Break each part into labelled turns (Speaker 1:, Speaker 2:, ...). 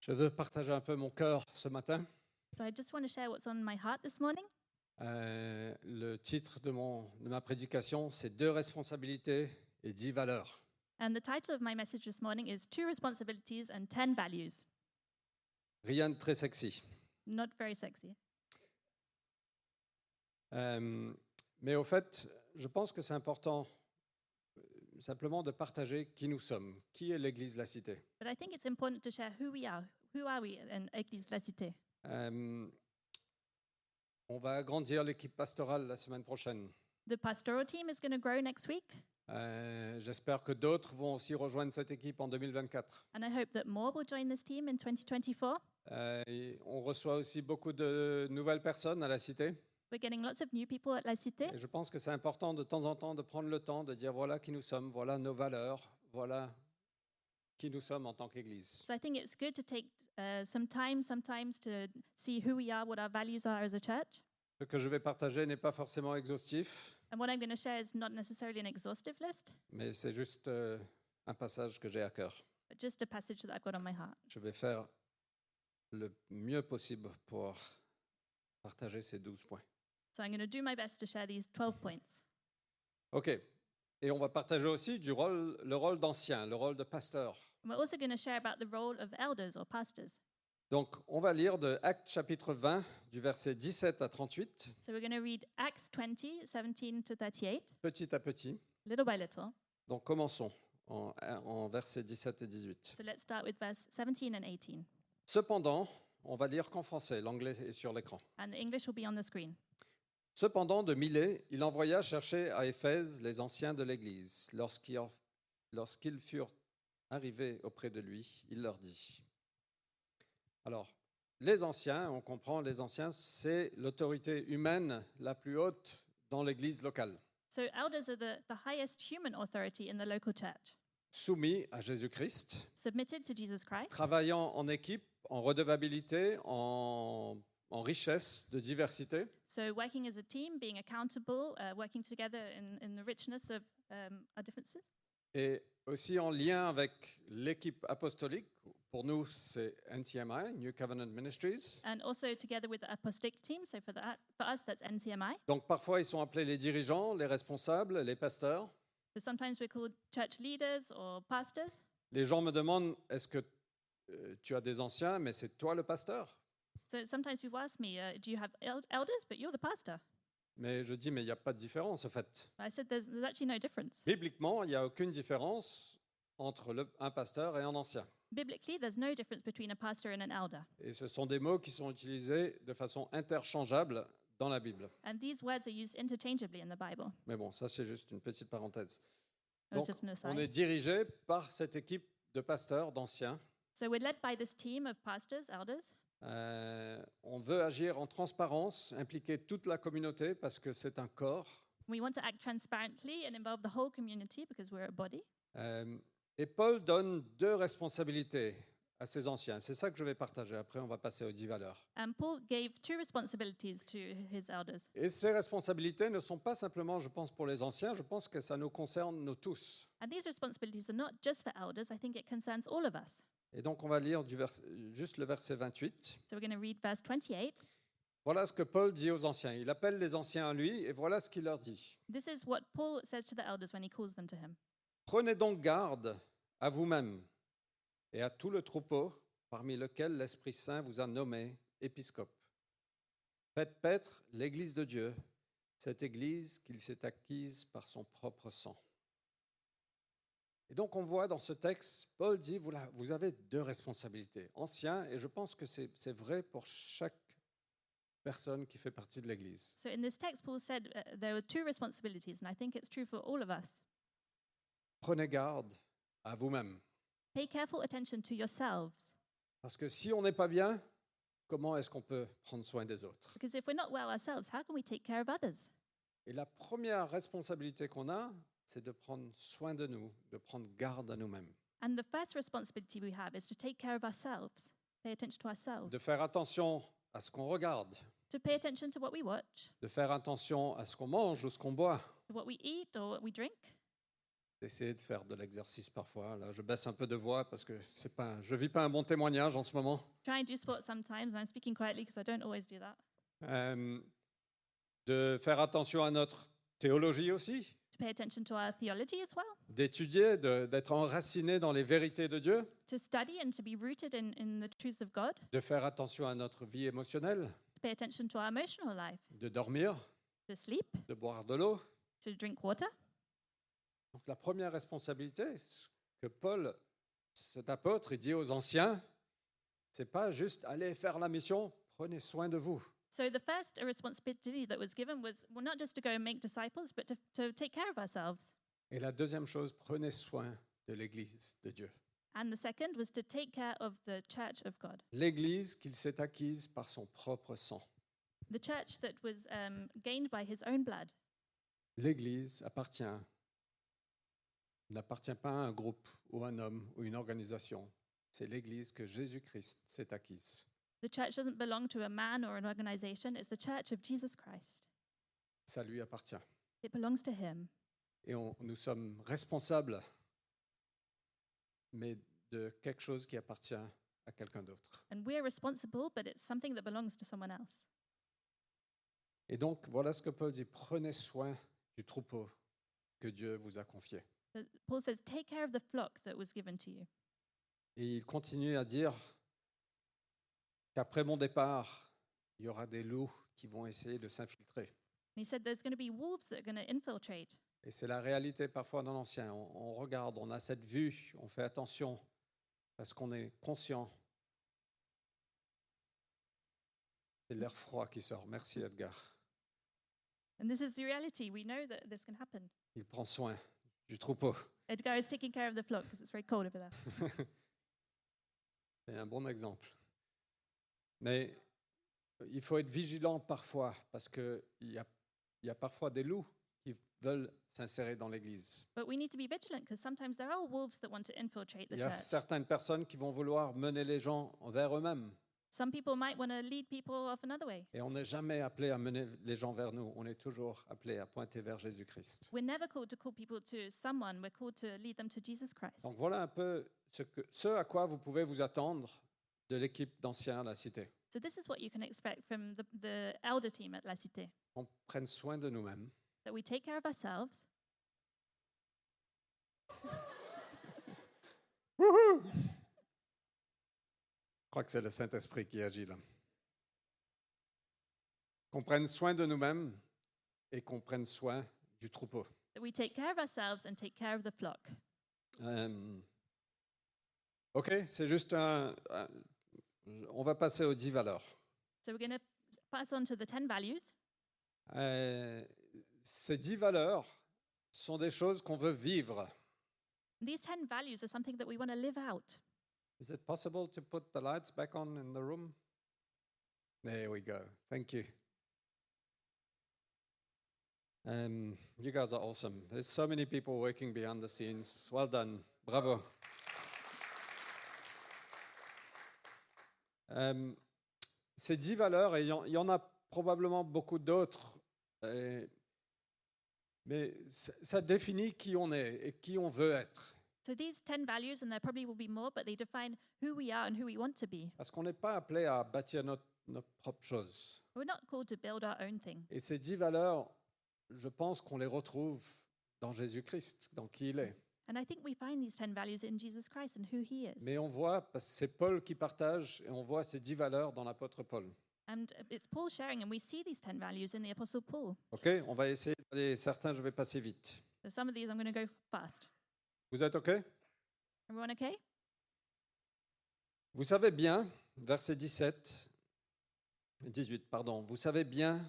Speaker 1: Je veux partager un peu mon cœur ce matin.
Speaker 2: So I just want to share what's on my heart this morning.
Speaker 1: Euh, le titre de, mon, de ma prédication, c'est Deux responsabilités et dix valeurs.
Speaker 2: And the title of my message this morning is Two Responsibilities and 10 Values.
Speaker 1: Rien de très sexy.
Speaker 2: Not very sexy.
Speaker 1: Euh, mais au fait, je pense que c'est important euh, simplement de partager qui nous sommes, qui est l'Église de la Cité.
Speaker 2: But I think it's important to share who we are. Who are we in Église La Cité?
Speaker 1: Euh, on va agrandir l'équipe pastorale la semaine prochaine.
Speaker 2: The pastoral team is going to grow next week,
Speaker 1: Euh, J'espère que d'autres vont aussi rejoindre cette équipe en 2024.
Speaker 2: and I hope that more will join this team in 2024.
Speaker 1: Euh, et on reçoit aussi beaucoup de nouvelles personnes à la Cité.
Speaker 2: We're getting lots of new people at La Cité,
Speaker 1: Et je pense que c'est important de temps en temps de prendre le temps de dire voilà qui nous sommes, voilà nos valeurs, voilà qui nous sommes en tant qu'Église.
Speaker 2: so I think it's good to take uh, some time sometimes to see who we are, what our values are as a church.
Speaker 1: Ce que je vais partager n'est pas forcément exhaustif,
Speaker 2: And what I'm going to share is not necessarily an exhaustive list,
Speaker 1: mais c'est juste euh, un passage que j'ai à cœur.
Speaker 2: but just a passage that I've got on my heart.
Speaker 1: Je vais faire le mieux possible pour partager ces 12 points.
Speaker 2: So I'm going to do my best to share these 12 points.
Speaker 1: OK. Et on va partager aussi du rôle, le rôle d'ancien, le rôle de pasteur.
Speaker 2: And we're also going to share about the role of elders or pastors.
Speaker 1: Donc, on va lire de Actes chapitre 20, du verset 17 à 38,
Speaker 2: So we're going to read Acts 20, 17 to 38,
Speaker 1: petit à petit.
Speaker 2: little by little.
Speaker 1: Donc commençons en, en versets 17 et 18.
Speaker 2: So let's start with verse 17 and 18.
Speaker 1: Cependant, on va lire qu'en français, l'anglais est sur l'écran.
Speaker 2: And the English will be on the screen.
Speaker 1: Cependant, de Milet, il envoya chercher à Éphèse les anciens de l'Église. Lorsqu'ils lorsqu'ils furent arrivés auprès de lui, il leur dit. Alors, les anciens, on comprend, les anciens, c'est l'autorité humaine la plus haute dans l'Église locale,
Speaker 2: So elders are the, the highest human authority in the local church,
Speaker 1: soumis à Jésus-Christ,
Speaker 2: submitted to Jesus Christ,
Speaker 1: travaillant en équipe, en redevabilité, en, en richesse de diversité,
Speaker 2: so working as a team, being accountable, uh, working together in, in the richness of um, our differences,
Speaker 1: et aussi en lien avec l'équipe apostolique. Pour nous, c'est NCMI, New Covenant Ministries.
Speaker 2: and also together with the apostolic team. So for, that, for us, that's NCMI.
Speaker 1: Donc parfois, ils sont appelés les dirigeants, les responsables, les pasteurs.
Speaker 2: So sometimes we're called church leaders or pastors.
Speaker 1: Les gens me demandent, est-ce que euh, tu as des anciens, mais c'est toi le pasteur
Speaker 2: So sometimes people ask me, uh, do you have el- elders? But you're the pastor.
Speaker 1: Mais je dis, mais il n'y a pas de différence, en fait.
Speaker 2: I said, there's, there's actually no difference.
Speaker 1: Bibliquement, il n'y a aucune différence entre le- un pasteur et un ancien.
Speaker 2: Biblically, there's no difference between a pastor and an elder.
Speaker 1: Et ce sont des mots qui sont utilisés de façon interchangeable dans la Bible.
Speaker 2: And these words are used interchangeably in the Bible.
Speaker 1: Mais bon, ça c'est juste une petite parenthèse.
Speaker 2: That
Speaker 1: Donc,
Speaker 2: was just an
Speaker 1: on
Speaker 2: aside.
Speaker 1: est dirigé par cette équipe de pasteurs, d'anciens.
Speaker 2: so we're led by this team of pastors, elders.
Speaker 1: Euh, on veut agir en transparence, impliquer toute la communauté parce que c'est un corps.
Speaker 2: We want to act transparently and involve the whole community because we're a body.
Speaker 1: Euh, et Paul donne deux responsabilités à ses anciens. C'est ça que je vais partager. Après, on va passer aux dix valeurs.
Speaker 2: And Paul gave two responsibilities to his elders.
Speaker 1: Et ces responsabilités ne sont pas simplement, je pense, pour les anciens. Je pense que ça nous concerne nous tous.
Speaker 2: And these responsibilities are not just for elders, I think it concerns all of us.
Speaker 1: Et donc, on va lire du vers- juste le verset 28.
Speaker 2: So we're going to read verse 28.
Speaker 1: Voilà ce que Paul dit aux anciens. Il appelle les anciens à lui et voilà ce qu'il leur dit.
Speaker 2: This is what Paul says to the elders when he calls them to him.
Speaker 1: Prenez donc garde à vous-même et à tout le troupeau parmi lequel l'Esprit Saint vous a nommé épiscope. Faites paître l'Église de Dieu, cette Église qu'il s'est acquise par son propre sang. Et donc on voit dans ce texte, Paul dit, vous, la- vous avez deux responsabilités, anciens, et je pense que c'est c'est vrai pour chaque personne qui fait partie de l'Église.
Speaker 2: So in this text, Paul said uh, there were two responsibilities, and I think it's true for all of us.
Speaker 1: Prenez garde à vous-même.
Speaker 2: Pay careful attention to yourselves,
Speaker 1: Parce que si on n'est pas bien, comment est-ce qu'on peut prendre soin des autres
Speaker 2: because if we're not well ourselves, how can we take care of others?
Speaker 1: Et la première responsabilité qu'on a, c'est de prendre soin de nous, de prendre garde à nous-mêmes,
Speaker 2: And the first responsibility we have is to take care of ourselves, pay attention to ourselves,
Speaker 1: de faire attention à ce qu'on regarde,
Speaker 2: to pay attention to what we watch,
Speaker 1: de faire attention à ce qu'on mange ou ce qu'on boit,
Speaker 2: to what we eat or what we drink,
Speaker 1: d'essayer de faire de l'exercice parfois. Là, je baisse un peu de voix parce que c'est pas, un- je vis pas un bon témoignage en ce moment.
Speaker 2: Try and do sports sometimes, and I'm speaking quietly because I don't always do that.
Speaker 1: Euh, de faire attention à notre théologie aussi,
Speaker 2: To pay attention to our theology as well,
Speaker 1: d'étudier, de- d'être enraciné dans les vérités de Dieu,
Speaker 2: to study and to be rooted in, in the truths of God,
Speaker 1: de faire attention à notre vie émotionnelle,
Speaker 2: to pay attention to our emotional life,
Speaker 1: de dormir,
Speaker 2: to sleep,
Speaker 1: de boire de l'eau.
Speaker 2: to drink water.
Speaker 1: Donc la première responsabilité ce que Paul, cet apôtre, il dit aux anciens, c'est pas juste aller faire la mission, prenez soin de vous.
Speaker 2: So the first responsibility that was given was well, not just to go and make disciples, but to, to take care of ourselves.
Speaker 1: Et la deuxième chose, prenez soin de l'Église de Dieu.
Speaker 2: And the second was to take care of the church of God,
Speaker 1: L'Église qu'il s'est acquise par son propre sang.
Speaker 2: the church that was um, gained by his own blood.
Speaker 1: L'Église appartient, n'appartient pas à un groupe ou un homme ou une organisation. C'est l'Église que Jésus-Christ s'est acquise.
Speaker 2: The church doesn't belong to a man or an organization, it's the church of Jesus Christ.
Speaker 1: Ça lui appartient.
Speaker 2: It belongs to him.
Speaker 1: Et on- nous sommes responsables, mais de quelque chose qui appartient à quelqu'un d'autre.
Speaker 2: And we're responsible, but it's something that belongs to someone else.
Speaker 1: Et donc, voilà ce que Paul dit. Prenez soin du troupeau que Dieu vous a confié.
Speaker 2: So Paul says, Take care of the flock that was given to you.
Speaker 1: Et il continue à dire qu'après mon départ, il y aura des loups qui vont essayer de s'infiltrer.
Speaker 2: And he said, There's going to be wolves that are going to infiltrate.
Speaker 1: Et c'est la réalité parfois dans l'ancien. On, on regarde, on a cette vue, on fait attention parce qu'on est conscient. C'est l'air froid qui sort. Merci Edgar.
Speaker 2: And this is the reality. We know that this can happen.
Speaker 1: Il prend soin du troupeau.
Speaker 2: Edgar is taking care of the flock because it's very cold over there.
Speaker 1: c'est un bon exemple. Mais il faut être vigilant parfois parce qu'il y a, il y a parfois des loups qui veulent s'insérer dans l'Église.
Speaker 2: But we need to be vigilant because sometimes there are wolves that want to infiltrate the
Speaker 1: Il y a
Speaker 2: church.
Speaker 1: certaines personnes qui vont vouloir mener les gens vers eux-mêmes.
Speaker 2: Some people might want to lead people off another way.
Speaker 1: Et on n'est jamais appelé à mener les gens vers nous, on est toujours appelé à pointer vers Jésus-Christ.
Speaker 2: We're never called to call people to someone. We're called to lead them to Jesus Christ.
Speaker 1: Donc voilà un peu ce, que- ce à quoi vous pouvez vous attendre de l'équipe d'anciens à la cité.
Speaker 2: So this is what you can expect from the, the elder team at La Cité,
Speaker 1: On prenne soin de nous-mêmes,
Speaker 2: that we take care of ourselves.
Speaker 1: je crois que c'est le Saint-Esprit qui agit là, qu'on prenne soin de nous-mêmes et qu'on prenne soin du troupeau.
Speaker 2: that we take care of ourselves and take care of the flock.
Speaker 1: Euh, ok, c'est juste un, un- On va passer aux dix valeurs.
Speaker 2: So we're going to pass on to the 10 values.
Speaker 1: Euh, ces dix valeurs sont des choses qu'on veut vivre.
Speaker 2: These 10 values are something that we want to live out.
Speaker 1: Is it possible to put the lights back on in the room? There we go. Thank you. Um, you guys are awesome. There's so many people working behind the scenes. Well done. Bravo. Um, ces dix valeurs, et il y en- il y en a probablement beaucoup d'autres, euh, mais ça- ça définit qui on est et qui on veut être.
Speaker 2: So these 10 values, and there probably will be more, but they define who we are and who we want to be.
Speaker 1: Parce qu'on n'est pas appelé à bâtir notre, notre propre chose.
Speaker 2: We're not called to build our own thing.
Speaker 1: Et ces dix valeurs, je pense qu'on les retrouve dans Jésus-Christ, dans qui il est.
Speaker 2: And I think we find these 10 values in Jesus Christ and who he is.
Speaker 1: Mais on voit, parce que c'est Paul qui partage, et on voit ces dix valeurs dans l'apôtre Paul.
Speaker 2: And uh, it's Paul sharing, and we see these 10 values in the Apostle Paul.
Speaker 1: OK On va essayer d'aller. Certains, je vais passer vite.
Speaker 2: So some of these I'm going to go fast.
Speaker 1: Vous êtes OK
Speaker 2: Everyone okay?
Speaker 1: Vous savez bien, verset 17, 18, pardon, vous savez bien,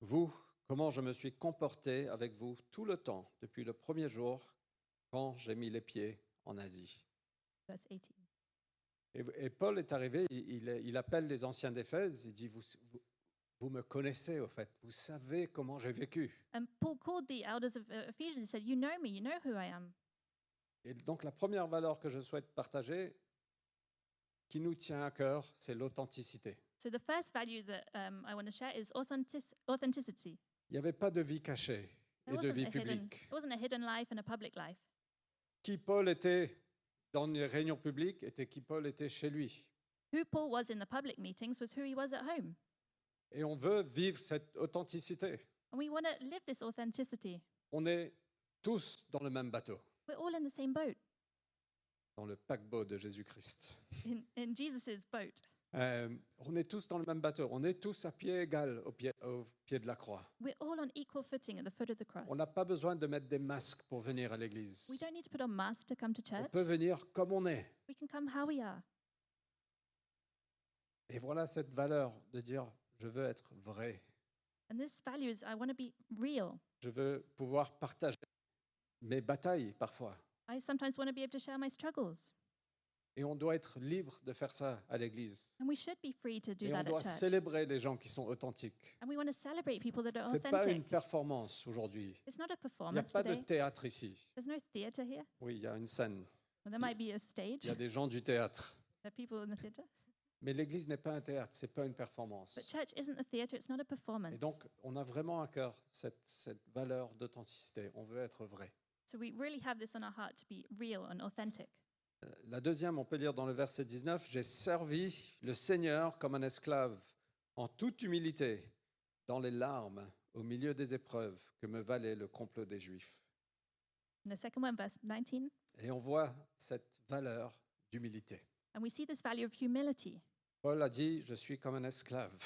Speaker 1: vous, comment je me suis comporté avec vous tout le temps, depuis le premier jour, quand j'ai mis les pieds en Asie.
Speaker 2: Verse 18.
Speaker 1: Et, et Paul est arrivé, il, il est- il appelle les anciens d'Éphèse, il dit, vous, vous, vous me connaissez au fait, vous savez comment j'ai vécu.
Speaker 2: And Paul called the elders of uh, Ephesians and said, You know me, you know who I am.
Speaker 1: Et donc la première valeur que je souhaite partager, qui nous tient à cœur, c'est l'authenticité.
Speaker 2: So the first value that um, I want to share is authentic- authenticity.
Speaker 1: Il n'y avait pas de vie cachée,
Speaker 2: There
Speaker 1: et de
Speaker 2: wasn't
Speaker 1: vie
Speaker 2: a hidden,
Speaker 1: publique.
Speaker 2: there wasn't a hidden life and a public life.
Speaker 1: Qui Paul était dans les réunions publiques était qui Paul était chez lui.
Speaker 2: Who Paul was in the public meetings was who he was at home.
Speaker 1: Et on veut vivre cette authenticité.
Speaker 2: And we want to live this authenticity.
Speaker 1: On est tous dans le même bateau,
Speaker 2: We're all in the same boat,
Speaker 1: dans le paquebot de Jésus-Christ.
Speaker 2: in, in Jesus' boat.
Speaker 1: Euh, on est tous dans le même bateau. On est tous à pied égal au pied, au pied de la croix.
Speaker 2: We're all on equal footing at the foot of the cross.
Speaker 1: On n'a pas besoin de mettre des masques pour venir à
Speaker 2: We
Speaker 1: l'église.
Speaker 2: don't need to put on masks to come to
Speaker 1: On
Speaker 2: church.
Speaker 1: peut venir comme on est.
Speaker 2: We can come how we are.
Speaker 1: Et voilà cette valeur de dire je veux être vrai.
Speaker 2: And this value is I want to be real.
Speaker 1: Je veux pouvoir partager mes batailles parfois.
Speaker 2: I sometimes want to be able to share my struggles.
Speaker 1: Et on doit être libre de faire ça à l'église.
Speaker 2: And we should be free to do
Speaker 1: Et on
Speaker 2: that
Speaker 1: doit
Speaker 2: at church.
Speaker 1: célébrer les gens qui sont authentiques.
Speaker 2: And we want to celebrate people that are
Speaker 1: Ce n'est pas
Speaker 2: authentic.
Speaker 1: une performance aujourd'hui.
Speaker 2: It's not a
Speaker 1: Il n'y a
Speaker 2: performance
Speaker 1: pas de
Speaker 2: today.
Speaker 1: théâtre ici.
Speaker 2: There's no theatre here.
Speaker 1: Oui, il y a une scène.
Speaker 2: Well, there might be a stage.
Speaker 1: Il y a des gens du théâtre.
Speaker 2: There are people in the theatre.
Speaker 1: Mais l'église n'est pas un théâtre, ce n'est pas une
Speaker 2: But
Speaker 1: performance.
Speaker 2: church isn't a theatre. It's not a performance.
Speaker 1: Et donc, on a vraiment à cœur cette, cette valeur d'authenticité. On veut être vrai.
Speaker 2: so we really have this on our heart to be real and authentic.
Speaker 1: Euh, La deuxième, on peut lire dans le verset 19, J'ai servi le Seigneur comme un esclave, en toute humilité, dans les larmes, au milieu des épreuves que me valait le complot des Juifs.
Speaker 2: And the second one, verse 19.
Speaker 1: Et on voit cette valeur d'humilité.
Speaker 2: And we see this value of humility.
Speaker 1: Paul a dit, je suis comme un esclave.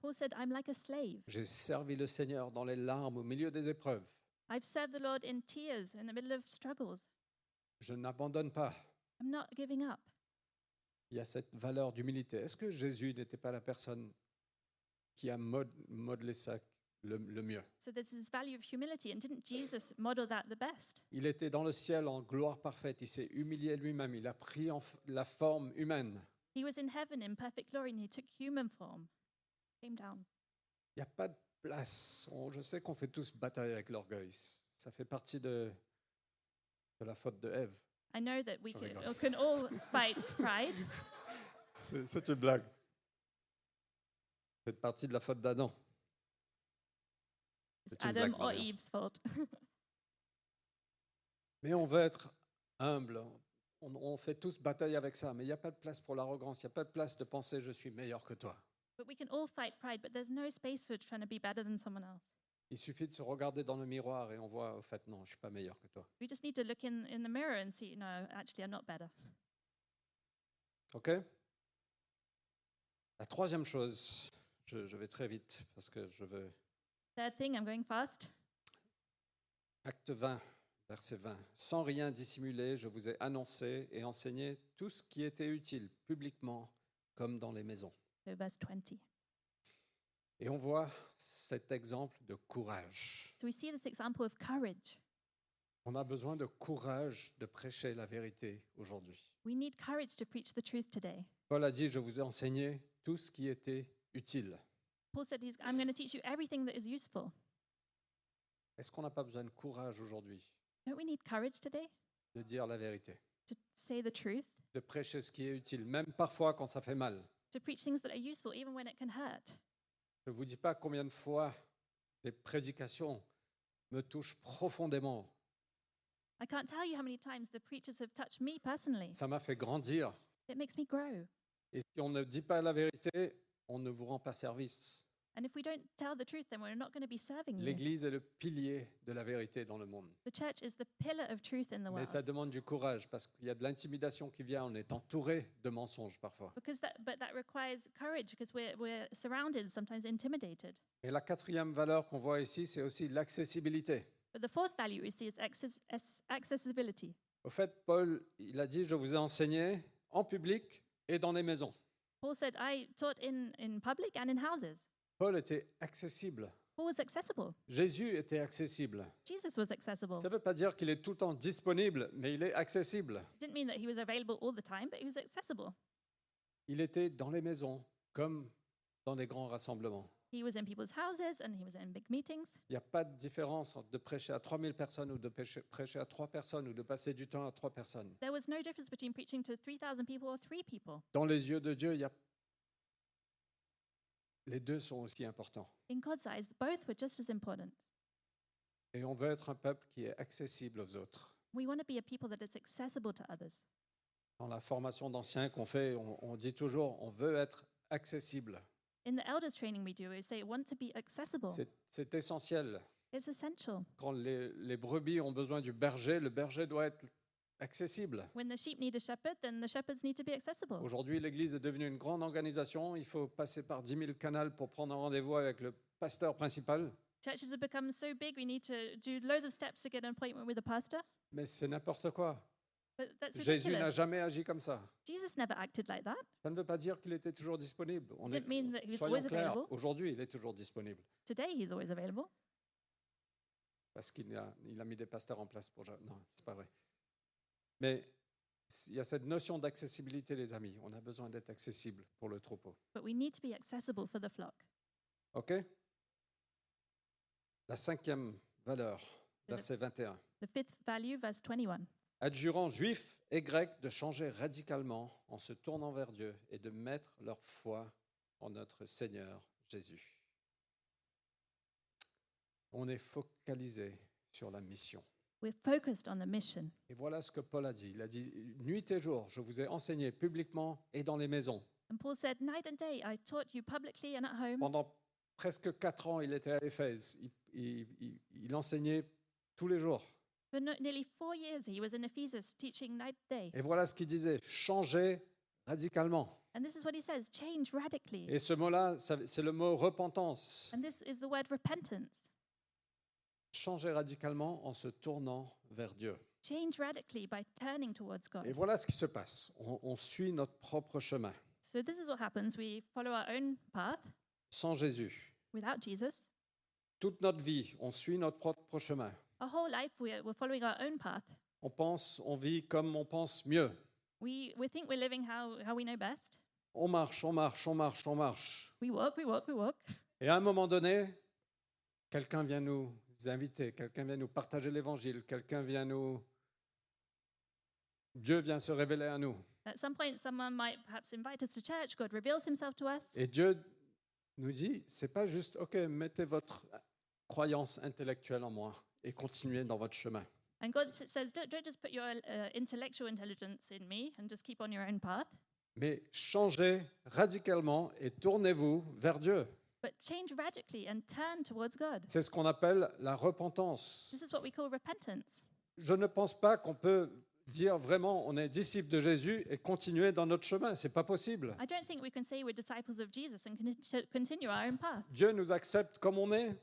Speaker 2: Paul said, I'm like a slave.
Speaker 1: J'ai servi le Seigneur dans les larmes, au milieu des épreuves.
Speaker 2: I've served the Lord in tears in the middle of struggles.
Speaker 1: Je n'abandonne pas.
Speaker 2: I'm not giving up.
Speaker 1: Il y a cette valeur d'humilité. Est-ce que Jésus n'était pas la personne qui a mod- modelé ça le- le mieux
Speaker 2: So there's this value of humility. And didn't Jesus model that the best?
Speaker 1: Il était dans le ciel en gloire parfaite. Il s'est humilié lui-même. Il a pris en f- la forme humaine.
Speaker 2: He was in heaven in perfect glory and he took human form, came down.
Speaker 1: Il n'y a pas de place. On- je sais qu'on fait tous bataille avec l'orgueil. Ça fait partie de, de la faute de Ève.
Speaker 2: I know that we
Speaker 1: Oh,
Speaker 2: can,
Speaker 1: there you go.
Speaker 2: uh, can all fight pride.
Speaker 1: C'est c'est une blague. C'est partie de la faute d'Adam.
Speaker 2: It's
Speaker 1: C'est une
Speaker 2: Adam
Speaker 1: blague,
Speaker 2: or
Speaker 1: Marion.
Speaker 2: Eve's fault.
Speaker 1: Mais on veut être humble. On, on fait tous bataille avec ça. Mais il n'y a pas de place pour l'arrogance. Il n'y a pas de place de penser je suis meilleur que toi.
Speaker 2: but we can all fight pride, but there's no space for trying to be better than someone else.
Speaker 1: Il suffit de se regarder dans le miroir et on voit au fait non, je ne suis pas meilleur que toi.
Speaker 2: We just need to look in, in the mirror and see, no, actually, I'm not better.
Speaker 1: OK La troisième chose, je, je vais très vite parce que je veux.
Speaker 2: Third thing, I'm going fast.
Speaker 1: Acte 20, verset 20. Sans rien dissimuler, je vous ai annoncé et enseigné tout ce qui était utile publiquement comme dans les maisons.
Speaker 2: So, verse 20.
Speaker 1: Et on voit cet exemple de courage.
Speaker 2: So, we see this example of courage.
Speaker 1: On a besoin de courage de prêcher la vérité aujourd'hui.
Speaker 2: We need courage to preach the truth today.
Speaker 1: Paul a dit, je vous ai enseigné tout ce qui était utile.
Speaker 2: Paul said, he's, I'm going to teach you everything that is useful.
Speaker 1: Est-ce qu'on n'a pas besoin de courage aujourd'hui
Speaker 2: Don't we need courage today
Speaker 1: de dire la vérité,
Speaker 2: to say the truth,
Speaker 1: de prêcher ce qui est utile, même parfois quand ça fait mal
Speaker 2: to preach things that are useful even when it can hurt?
Speaker 1: Je ne vous dis pas combien de fois des prédications me touchent profondément.
Speaker 2: I can't tell you how many times the preachers have touched me personally.
Speaker 1: Ça m'a fait grandir.
Speaker 2: It makes me grow.
Speaker 1: Et si on ne dit pas la vérité, on ne vous rend pas service.
Speaker 2: And if we don't tell the truth, then we're not going to be serving you.
Speaker 1: L'Église est le pilier de la vérité dans le monde.
Speaker 2: The church is the pillar of truth in the
Speaker 1: Mais
Speaker 2: world.
Speaker 1: ça demande du courage parce qu'il y a de l'intimidation qui vient. On est entouré de mensonges parfois.
Speaker 2: Because that, but that requires courage because we're, we're surrounded, sometimes intimidated.
Speaker 1: Et la quatrième valeur qu'on voit ici, c'est aussi l'accessibilité.
Speaker 2: But the fourth value we see is access, as- accessibility.
Speaker 1: Au fait, Paul, il a dit, je vous ai enseigné en public et dans les maisons.
Speaker 2: Paul said, I taught in, in public and in houses.
Speaker 1: Paul était accessible.
Speaker 2: Paul was accessible.
Speaker 1: Jésus était accessible.
Speaker 2: Jesus was accessible.
Speaker 1: Ça ne veut pas dire qu'il est tout le temps disponible, mais il est accessible.
Speaker 2: didn't mean that he was available all the time, but he was accessible.
Speaker 1: Il était dans les maisons, comme dans les grands rassemblements.
Speaker 2: He was in people's houses and he was in big meetings.
Speaker 1: Il n'y a pas de différence entre de prêcher à 3000 personnes ou de prêcher, prêcher à trois personnes ou de passer du temps à trois personnes.
Speaker 2: There was no difference between preaching to 3,000 people or three people.
Speaker 1: Dans les yeux de Dieu, il y a... les deux sont aussi importants.
Speaker 2: In God's eyes, both were just as important.
Speaker 1: Et on veut être un peuple qui est accessible aux autres.
Speaker 2: We want to be a people that is accessible to others.
Speaker 1: Dans la formation d'anciens qu'on fait, on, on dit toujours on veut être accessible.
Speaker 2: In the elders training we do, we say want to be accessible.
Speaker 1: C'est- C'est essentiel.
Speaker 2: It's essential.
Speaker 1: Quand les, les brebis ont besoin du berger, le berger doit être accessible.
Speaker 2: When the sheep need a shepherd, then the shepherds need to be accessible.
Speaker 1: Aujourd'hui, l'Église est devenue une grande organisation. Il faut passer par 10 000 canaux pour prendre un rendez-vous avec le pasteur principal.
Speaker 2: Churches have become so big, we need to do loads of steps to get an appointment with a pastor.
Speaker 1: Mais c'est n'importe quoi.
Speaker 2: But that's
Speaker 1: Jésus n'a
Speaker 2: ridiculous.
Speaker 1: jamais agi comme ça.
Speaker 2: Jesus never acted like that.
Speaker 1: Ça ne veut pas dire qu'il était toujours disponible. On
Speaker 2: Doesn't mean that he
Speaker 1: est,
Speaker 2: was
Speaker 1: soyons
Speaker 2: always
Speaker 1: clairs,
Speaker 2: available.
Speaker 1: aujourd'hui, il est toujours disponible
Speaker 2: Today, he's always available
Speaker 1: parce qu'il a, il a mis des pasteurs en place pour. Ja- Non, c'est pas vrai. Mais s- il y a cette notion d'accessibilité, les amis. On a besoin d'être accessible pour le troupeau.
Speaker 2: but we need to be accessible for the flock.
Speaker 1: OK La cinquième valeur,
Speaker 2: Le-
Speaker 1: verset 21.
Speaker 2: The fifth value, verse 21.
Speaker 1: Adjurant juifs et grecs de changer radicalement en se tournant vers Dieu et de mettre leur foi en notre Seigneur Jésus. On est focalisé sur la mission.
Speaker 2: We're focused on the mission.
Speaker 1: Et voilà ce que Paul a dit. Il a dit Nuit et jour, je vous ai enseigné publiquement et dans les maisons.
Speaker 2: And Paul said, Night and day, I taught you publicly and at home.
Speaker 1: Pendant presque quatre ans, il était à Éphèse. Il- il- il- il enseignait tous les jours.
Speaker 2: For no- nearly four years, he was in Ephesus teaching night and day.
Speaker 1: Et voilà ce qu'il disait, changer radicalement.
Speaker 2: And this is what he says change radically.
Speaker 1: Et ce mot-là, ça- c'est le mot repentance.
Speaker 2: And this is the word repentance.
Speaker 1: Changer radicalement en se tournant vers Dieu.
Speaker 2: Change radically by turning towards God.
Speaker 1: Et voilà ce qui se passe. On, on suit notre propre chemin,
Speaker 2: So, this is what happens. We follow our own path
Speaker 1: sans Jésus.
Speaker 2: without Jesus.
Speaker 1: Toute notre vie, on suit notre propre chemin.
Speaker 2: Our whole life, we're, we're following our own path.
Speaker 1: On pense, on vit comme on pense mieux.
Speaker 2: We, we think we're living how, how we know best.
Speaker 1: On marche, on marche, on marche, on marche.
Speaker 2: We walk, we walk, we walk.
Speaker 1: Et à un moment donné, quelqu'un vient nous inviter, quelqu'un vient nous partager l'évangile, quelqu'un vient nous... Dieu vient se révéler à nous.
Speaker 2: At some point, someone might perhaps invite us to church. God reveals himself to us.
Speaker 1: Et Dieu nous dit, c'est pas juste, ok, mettez votre croyance intellectuelle en moi et continuez dans votre chemin.
Speaker 2: And God s- says, don't, don't just put your uh, intellectual intelligence in me and just keep on your own path,
Speaker 1: Mais changez radicalement et tournez-vous vers Dieu.
Speaker 2: but change radically and turn towards God.
Speaker 1: C'est ce qu'on appelle la repentance.
Speaker 2: This is what we call repentance.
Speaker 1: Je ne pense pas qu'on peut dire vraiment on est disciple de Jésus et continuer dans notre chemin. C'est pas possible.
Speaker 2: I don't think we can say we're disciples of Jesus and conti- continue our own path.
Speaker 1: Dieu nous accepte comme on est,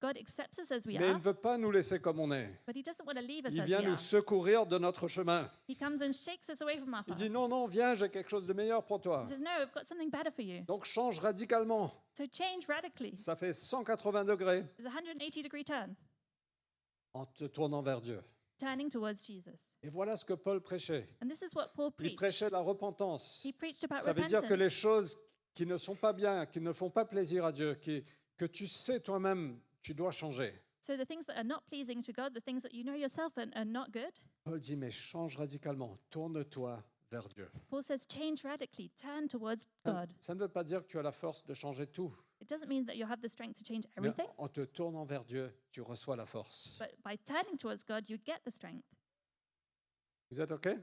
Speaker 2: God accepts us as
Speaker 1: mais
Speaker 2: we
Speaker 1: il
Speaker 2: are,
Speaker 1: ne veut pas nous laisser comme on est.
Speaker 2: but He doesn't want to leave us
Speaker 1: Il
Speaker 2: as
Speaker 1: vient
Speaker 2: we are.
Speaker 1: nous secourir de notre chemin.
Speaker 2: He comes and shakes us away from our
Speaker 1: Il
Speaker 2: path.
Speaker 1: dit non, non, viens, j'ai quelque chose de meilleur pour toi.
Speaker 2: He says, No, I've got something better for you.
Speaker 1: Donc change radicalement.
Speaker 2: So change radically.
Speaker 1: Ça fait 180 degrés
Speaker 2: It's a 180 degree turn,
Speaker 1: en te tournant vers Dieu.
Speaker 2: turning towards Jesus.
Speaker 1: Et voilà ce que Paul prêchait.
Speaker 2: And this is what Paul
Speaker 1: Il
Speaker 2: preached.
Speaker 1: prêchait la repentance.
Speaker 2: He preached about
Speaker 1: Ça veut dire que
Speaker 2: repentance.
Speaker 1: les choses qui ne sont pas bien, qui ne font pas plaisir à Dieu, qui, que tu sais toi-même, tu dois changer.
Speaker 2: So the things that are not pleasing to God, the things that you know yourself and are not good,
Speaker 1: Paul dit, mais change radicalement, tourne-toi vers Dieu.
Speaker 2: Paul says change radically, turn towards
Speaker 1: Ça,
Speaker 2: God.
Speaker 1: ça ne veut pas dire que tu as la force de changer tout.
Speaker 2: It doesn't mean that you'll have the strength to change
Speaker 1: mais
Speaker 2: everything,
Speaker 1: en te tournant vers Dieu, tu reçois la force.
Speaker 2: but by turning towards God, you get the strength.
Speaker 1: Vous êtes OK
Speaker 2: Is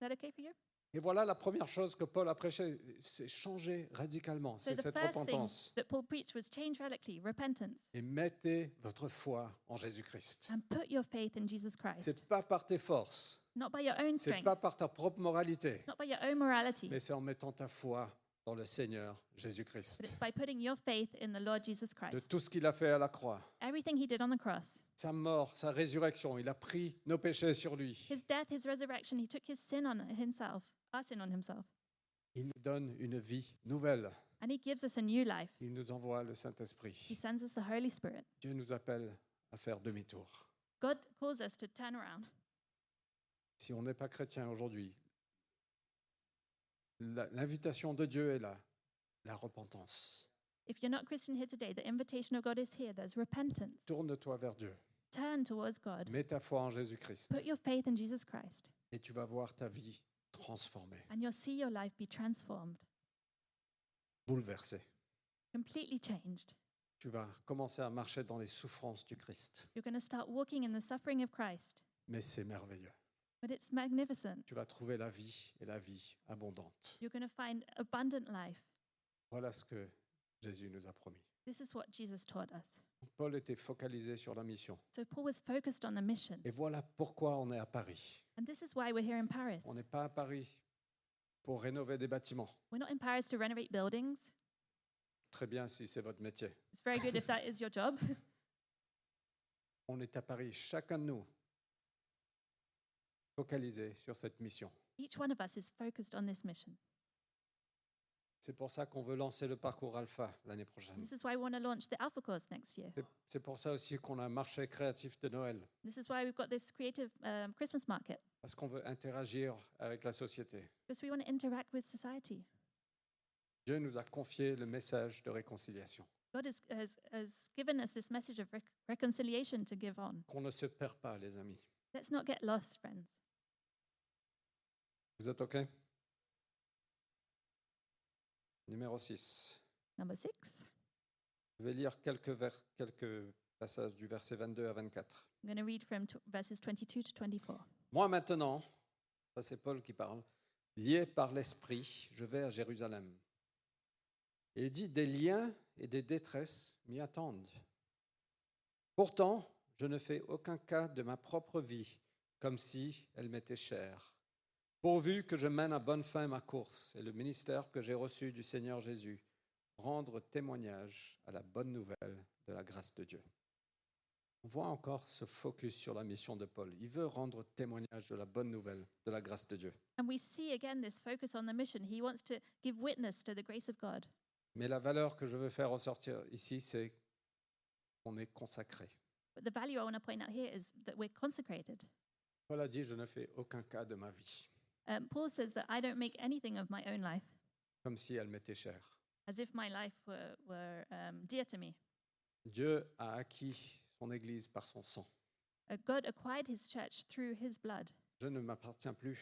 Speaker 2: that okay for you?
Speaker 1: Et voilà la première chose que Paul a prêchée, c'est changer radicalement,
Speaker 2: So
Speaker 1: c'est
Speaker 2: the
Speaker 1: cette
Speaker 2: first thing
Speaker 1: repentance.
Speaker 2: that Paul preached was change radically, repentance,
Speaker 1: Et mettez votre foi en Jésus-Christ.
Speaker 2: and put your faith in Jesus Christ,
Speaker 1: C'est pas par tes forces,
Speaker 2: not by your own
Speaker 1: c'est
Speaker 2: strength,
Speaker 1: pas par ta propre moralité,
Speaker 2: not by your own morality,
Speaker 1: mais c'est en mettant ta foi dans le Seigneur
Speaker 2: but
Speaker 1: Jésus-Christ,
Speaker 2: it's by putting your faith in the Lord Jesus
Speaker 1: de
Speaker 2: Christ.
Speaker 1: tout ce qu'il a fait à la croix,
Speaker 2: Everything he did on the cross,
Speaker 1: sa mort, sa résurrection, il a pris nos péchés sur lui.
Speaker 2: his death, his resurrection, he took his sin on himself, our sin on himself,
Speaker 1: Il nous donne une vie nouvelle.
Speaker 2: and he gives us a new life.
Speaker 1: Il nous envoie le
Speaker 2: He
Speaker 1: Saint-Esprit.
Speaker 2: sends us the Holy Spirit.
Speaker 1: Dieu nous appelle à faire demi-tour.
Speaker 2: God calls us to turn around.
Speaker 1: Si on n'est pas chrétien aujourd'hui, la- l'invitation de Dieu est là, la repentance.
Speaker 2: If you're not Christian here today, the invitation of God is here. There's repentance.
Speaker 1: Tourne-toi vers Dieu.
Speaker 2: Turn towards God.
Speaker 1: Mets ta foi en Jésus-Christ.
Speaker 2: Put your faith in Jesus Christ,
Speaker 1: et tu vas voir ta vie transformée,
Speaker 2: and you'll see your life be transformed,
Speaker 1: bouleversée.
Speaker 2: completely changed.
Speaker 1: Tu vas commencer à marcher dans les souffrances du Christ.
Speaker 2: You're going to start walking in the suffering of Christ.
Speaker 1: Mais c'est merveilleux.
Speaker 2: But it's magnificent.
Speaker 1: Tu vas trouver la vie et la vie abondante.
Speaker 2: You're going to find abundant life.
Speaker 1: Voilà ce que Jésus nous a promis.
Speaker 2: This is what Jesus taught us.
Speaker 1: Paul était focalisé sur la mission.
Speaker 2: So Paul was focused on the mission.
Speaker 1: Et voilà pourquoi on est à Paris.
Speaker 2: And this is why we're here in Paris.
Speaker 1: On n'est pas à Paris pour rénover des bâtiments.
Speaker 2: We're not in Paris to renovate buildings.
Speaker 1: Très bien si c'est votre métier.
Speaker 2: It's very good if that is your job.
Speaker 1: On est à Paris, chacun de nous, focalisé sur cette mission.
Speaker 2: Each one of us is focused on this mission.
Speaker 1: C'est pour ça qu'on veut lancer le parcours Alpha l'année prochaine.
Speaker 2: This is why we want to launch the Alpha course next year.
Speaker 1: C'est- C'est pour ça aussi qu'on a un marché créatif de Noël,
Speaker 2: This is why we've got this creative um, Christmas market
Speaker 1: parce qu'on veut interagir avec la société.
Speaker 2: because we want to interact with society.
Speaker 1: Dieu nous a confié le message de réconciliation,
Speaker 2: God has, has, has given us this message of rec- reconciliation to give on.
Speaker 1: qu'on ne se perd pas, les amis.
Speaker 2: Let's not get lost, friends.
Speaker 1: Vous êtes OK Numéro 6.
Speaker 2: Number six,
Speaker 1: Je vais lire quelques, vers- quelques passages du verset 22 à 24.
Speaker 2: I'm going to read from tw verses 22 to 24.
Speaker 1: Moi maintenant, ça c'est Paul qui parle, lié par l'Esprit, je vais à Jérusalem. Et il dit, des liens et des détresses m'y attendent. Pourtant, je ne fais aucun cas de ma propre vie, comme si elle m'était chère, pourvu que je mène à bonne fin ma course et le ministère que j'ai reçu du Seigneur Jésus, rendre témoignage à la bonne nouvelle de la grâce de Dieu. On voit encore ce focus sur la mission de Paul. Il veut rendre témoignage de la bonne nouvelle, de la grâce de Dieu.
Speaker 2: And we see again this focus on the mission. He wants to give witness to the grace of God.
Speaker 1: Mais la valeur que je veux faire ressortir ici, c'est qu'on est consacré.
Speaker 2: But the value I want to point out here is that we're consecrated.
Speaker 1: Paul a dit, je ne fais aucun cas de ma vie,
Speaker 2: Um, Paul says that I don't make anything of my own life
Speaker 1: comme si elle m'était chère.
Speaker 2: as if my life were, were um, dear to me.
Speaker 1: Dieu a acquis son Église par son sang.
Speaker 2: Uh, God acquired his church through his blood.
Speaker 1: Je ne m'appartiens plus,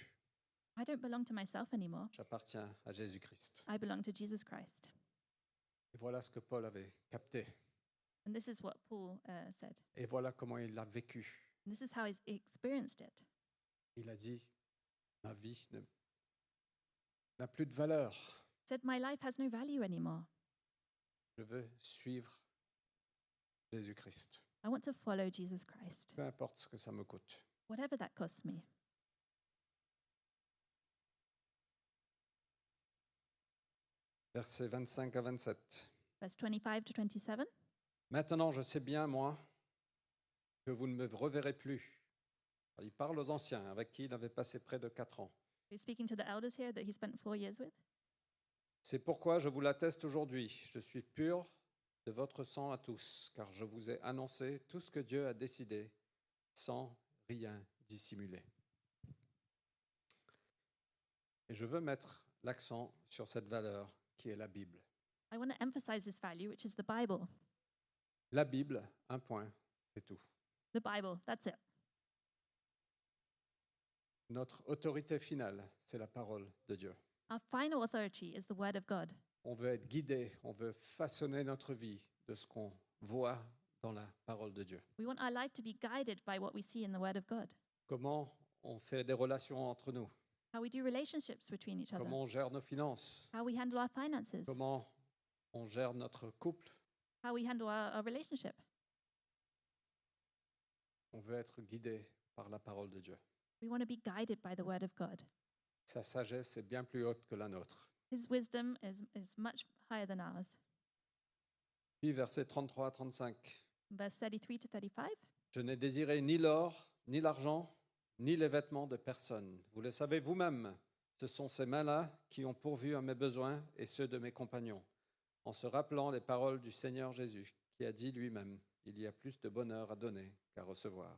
Speaker 2: I don't belong to myself anymore.
Speaker 1: j'appartiens à Jésus-Christ.
Speaker 2: I belong to Jesus Christ.
Speaker 1: Et voilà ce que Paul avait capté.
Speaker 2: And this is what Paul uh, said.
Speaker 1: Et voilà comment il l'a vécu.
Speaker 2: And this is how he's experienced it.
Speaker 1: Il a dit, ma vie ne- n'a plus de valeur.
Speaker 2: Said, My life has no value anymore.
Speaker 1: Je veux suivre Jésus-Christ,
Speaker 2: I want to follow Jesus Christ,
Speaker 1: peu importe ce que ça me coûte.
Speaker 2: whatever that costs me.
Speaker 1: Versets 25 à 27.
Speaker 2: Verse 25 to 27.
Speaker 1: Maintenant, je sais bien, moi, que vous ne me reverrez plus. Il parle aux anciens, avec qui il avait passé près de quatre ans.
Speaker 2: He's speaking to the elders here that he spent four years with.
Speaker 1: C'est pourquoi je vous l'atteste aujourd'hui. Je suis pur de votre sang à tous, car je vous ai annoncé tout ce que Dieu a décidé, sans rien dissimuler. Et je veux mettre l'accent sur cette valeur qui est la Bible.
Speaker 2: I want to emphasize this value, which is the Bible.
Speaker 1: La Bible, un point, c'est tout.
Speaker 2: The Bible, that's it.
Speaker 1: Notre autorité finale, c'est la parole de Dieu.
Speaker 2: Our final authority is the Word of God.
Speaker 1: On veut être guidé, on veut façonner notre vie de ce qu'on voit dans la parole de Dieu.
Speaker 2: We want our life to be guided by what we see in the Word of God,
Speaker 1: Comment on fait des relations entre nous,
Speaker 2: how we do relationships between each other,
Speaker 1: comment on gère nos finances,
Speaker 2: how we handle our finances,
Speaker 1: comment on gère notre couple.
Speaker 2: how we handle our, our relationship.
Speaker 1: On veut être guidé par la parole de Dieu.
Speaker 2: We want to be guided by the Word of God.
Speaker 1: Sa sagesse est bien plus haute que la nôtre.
Speaker 2: His wisdom is, is much higher than ours.
Speaker 1: Puis versets 33 à 35.
Speaker 2: Verse 33 to 35.
Speaker 1: Je n'ai désiré ni l'or, ni l'argent, ni les vêtements de personne. Vous le savez vous-même, ce sont ces mains-là qui ont pourvu à mes besoins et ceux de mes compagnons, en se rappelant les paroles du Seigneur Jésus, qui a dit lui-même, Il y a plus de bonheur à donner qu'à recevoir.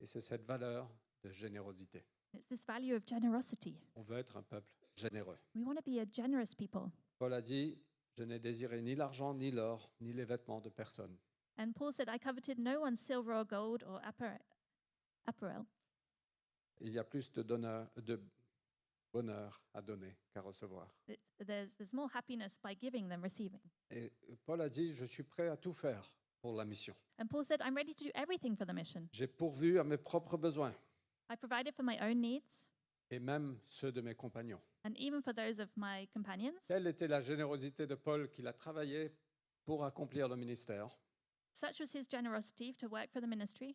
Speaker 1: Et c'est cette valeur de générosité.
Speaker 2: It's this value of generosity.
Speaker 1: On veut être un peuple généreux.
Speaker 2: We want to be a generous people.
Speaker 1: Paul a dit, Je n'ai désiré ni l'argent, ni l'or, ni les vêtements de personne.
Speaker 2: And Paul said, I coveted no one's silver or gold or appar- apparel.
Speaker 1: Il y a plus de, donneur- de bonheur à donner qu'à recevoir.
Speaker 2: It- There's, there's more happiness by giving than receiving.
Speaker 1: Et Paul a dit, je suis prêt à tout faire pour la mission.
Speaker 2: And Paul said, I'm ready to do everything for the mission.
Speaker 1: J'ai pourvu à mes propres besoins
Speaker 2: I provided for my own needs
Speaker 1: et même ceux de mes compagnons.
Speaker 2: and even for those of my companions.
Speaker 1: Telle était la générosité de Paul qu'il a travaillé pour accomplir le ministère.
Speaker 2: Such was his generosity to work for the ministry,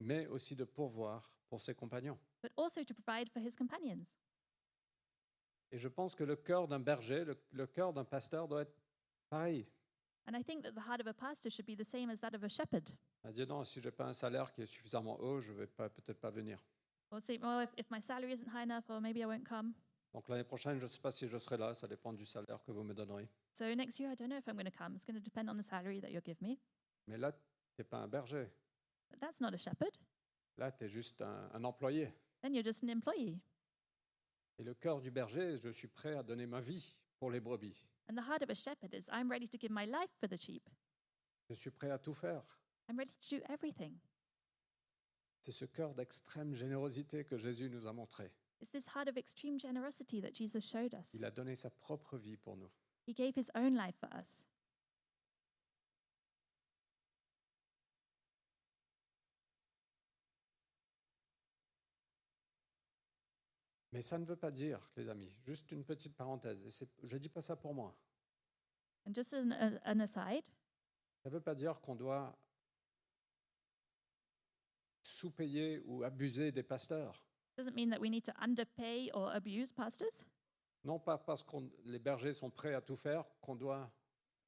Speaker 1: mais aussi de pourvoir pour ses compagnons.
Speaker 2: but also to provide for his companions.
Speaker 1: Et je pense que le cœur d'un berger, le, le cœur d'un pasteur doit être pareil.
Speaker 2: And I think that the heart of a pastor should be the same as that of a shepherd.
Speaker 1: À dire non, si je n'ai pas un salaire qui est suffisamment haut, je ne vais pas- peut-être pas venir.
Speaker 2: Or say, well, if, if my salary isn't high enough, or maybe I won't come.
Speaker 1: Donc l'année prochaine, je ne sais pas si je serai là, ça dépend du salaire que vous me donnerez.
Speaker 2: So next year, I don't know if I'm going to come. It's going to depend on the salary that you'll give me.
Speaker 1: Mais là, tu n'es pas un berger,
Speaker 2: But that's not a shepherd.
Speaker 1: là, tu es juste un, un employé.
Speaker 2: Then you're just an employee.
Speaker 1: Et le cœur du berger, je suis prêt à donner ma vie pour les brebis.
Speaker 2: And the heart of a shepherd is, I'm ready to give my life for the sheep.
Speaker 1: Je suis prêt à tout faire.
Speaker 2: I'm ready to do everything.
Speaker 1: C'est ce cœur d'extrême générosité que Jésus nous a montré.
Speaker 2: It's this heart of extreme generosity that Jesus showed us.
Speaker 1: Il a donné sa propre vie pour nous.
Speaker 2: He gave his own life for us.
Speaker 1: Mais ça ne veut pas dire, les amis, juste une petite parenthèse, et c'est- je ne dis pas ça pour moi,
Speaker 2: And just as an, as an aside,
Speaker 1: ça ne veut pas dire qu'on doit sous-payer ou abuser des pasteurs.
Speaker 2: doesn't mean that we need to underpay or abuse pastors.
Speaker 1: Non pas parce que les bergers sont prêts à tout faire qu'on doit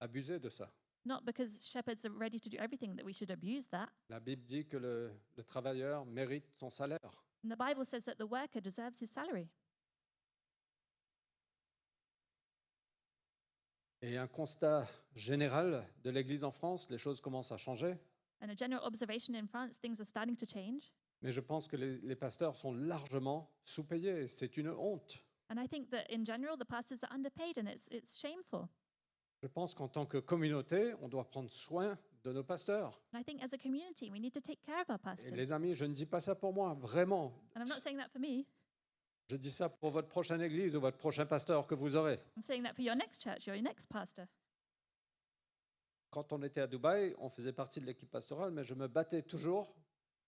Speaker 1: abuser de ça.
Speaker 2: Not because shepherds are ready to do everything that we should abuse that.
Speaker 1: La Bible dit que le, le travailleur mérite son salaire.
Speaker 2: And the Bible says that the worker deserves his salary.
Speaker 1: Et un constat général de l'Église en France, les choses commencent à changer,
Speaker 2: And a general observation in France, things are starting to change.
Speaker 1: mais je pense que les, les pasteurs sont largement sous-payés. et C'est une honte.
Speaker 2: And I think that in general, the pastors are underpaid and it's, it's shameful.
Speaker 1: Je pense qu'en tant que communauté, on doit prendre soin de nos pasteurs.
Speaker 2: And I think as a community, we need to take care of our
Speaker 1: Et
Speaker 2: pastors.
Speaker 1: les amis, je ne dis pas ça pour moi, vraiment.
Speaker 2: And I'm not saying that for me,
Speaker 1: Je dis ça pour votre prochaine église ou votre prochain pasteur que vous aurez.
Speaker 2: I'm saying that for your next church, your next pastor.
Speaker 1: Quand on était à Dubaï, on faisait partie de l'équipe pastorale, mais je me battais toujours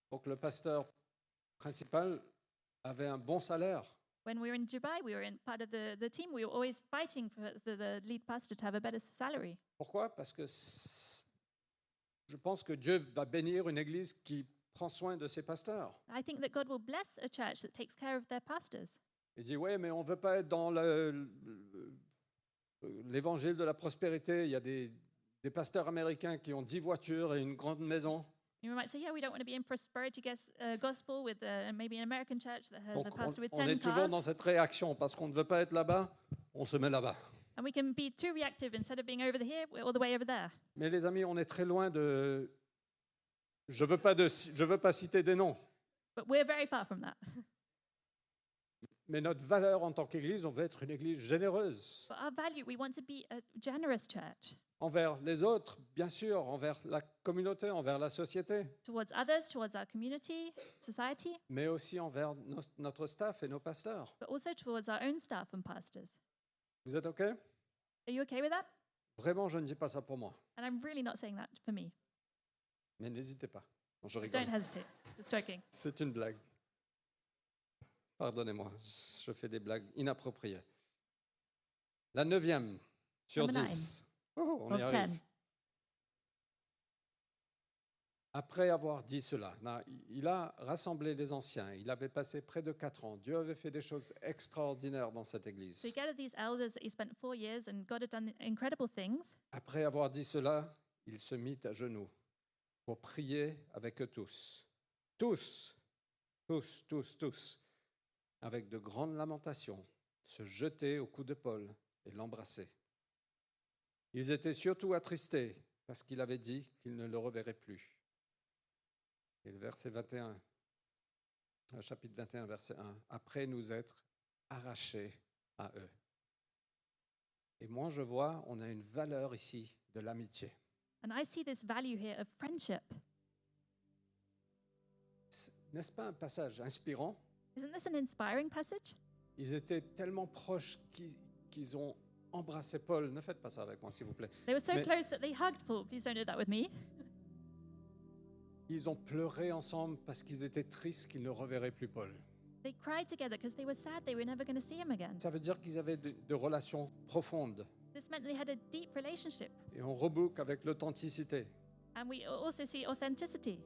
Speaker 1: pour que le pasteur principal avait un bon salaire.
Speaker 2: When we were in Dubai, we were in part of the, the team, we were always fighting for the, the lead pastor to have a better salary.
Speaker 1: Pourquoi Parce que c- je pense que Dieu va bénir une église qui prend soin de ses pasteurs.
Speaker 2: I think that God will bless a church that takes care of their pastors.
Speaker 1: Il dit, ouais, mais on ne veut pas être dans le- le- le- l'évangile de la prospérité. Il y a des, des pasteurs américains qui ont 10 voitures et une grande maison.
Speaker 2: You might say, yeah, we don't want to be in prosperity gas- uh, gospel with uh, maybe an American church that has
Speaker 1: Donc
Speaker 2: a
Speaker 1: on,
Speaker 2: pastor with
Speaker 1: on
Speaker 2: 10
Speaker 1: est toujours
Speaker 2: cars.
Speaker 1: dans cette réaction parce qu'on ne veut pas être là-bas, on se met là-bas.
Speaker 2: And we can be too reactive. Instead of being over the here, we're all the way over there.
Speaker 1: Mais les amis, on est très loin de. Je veux pas de, je veux pas citer des noms,
Speaker 2: But we're very far from that.
Speaker 1: mais notre valeur en tant qu'Église, on veut être une Église généreuse
Speaker 2: But our value, we want to be a generous church
Speaker 1: envers les autres, bien sûr, envers la communauté, envers la société,
Speaker 2: towards others, towards our community, society,
Speaker 1: mais aussi envers no- notre staff et nos pasteurs.
Speaker 2: but also towards our own staff and pastors.
Speaker 1: Vous êtes ok
Speaker 2: Are you okay with that?
Speaker 1: Vraiment, je ne dis pas ça pour moi,
Speaker 2: And I'm really not saying that for me.
Speaker 1: mais n'hésitez pas. Non, je rigole.
Speaker 2: Don't hesitate. Just joking.
Speaker 1: C'est une blague. Pardonnez-moi, je fais des blagues inappropriées. La neuvième sur
Speaker 2: Number nine.
Speaker 1: dix. Oh, on y
Speaker 2: Of
Speaker 1: arrive.
Speaker 2: 10.
Speaker 1: Après avoir dit cela, na- il a rassemblé les anciens. Il avait passé près de quatre ans. Dieu avait fait des choses extraordinaires dans cette
Speaker 2: So he
Speaker 1: église.
Speaker 2: gathered these elders that he spent four years and God had done incredible things.
Speaker 1: Après avoir dit cela, il se mit à genoux pour prier avec eux tous. Tous, tous, tous, tous, avec de grandes lamentations, se jeter au cou de Paul et l'embrasser. Ils étaient surtout attristés parce qu'il avait dit qu'il ne le reverrait plus. Et le verset 21, le chapitre 21, verset 1, après nous être arrachés à eux. Et moi, je vois, on a une valeur ici de l'amitié.
Speaker 2: And I see this value here of friendship.
Speaker 1: C- N'est-ce pas un passage inspirant
Speaker 2: Isn't this an inspiring passage?
Speaker 1: Ils étaient tellement proches qu'ils qu'ils ont embrassé Paul. Ne faites pas ça avec moi, s'il vous plaît.
Speaker 2: They were so
Speaker 1: Mais-
Speaker 2: close that they hugged Paul. Please don't do that with me.
Speaker 1: Ils ont pleuré ensemble parce qu'ils étaient tristes qu'ils ne reverraient plus Paul.
Speaker 2: They cried together because they were sad they were never going to see him again.
Speaker 1: Ça veut dire qu'ils avaient de, de relations profondes.
Speaker 2: This meant they had a deep relationship.
Speaker 1: Et on reboucle avec l'authenticité.
Speaker 2: And we also see authenticity.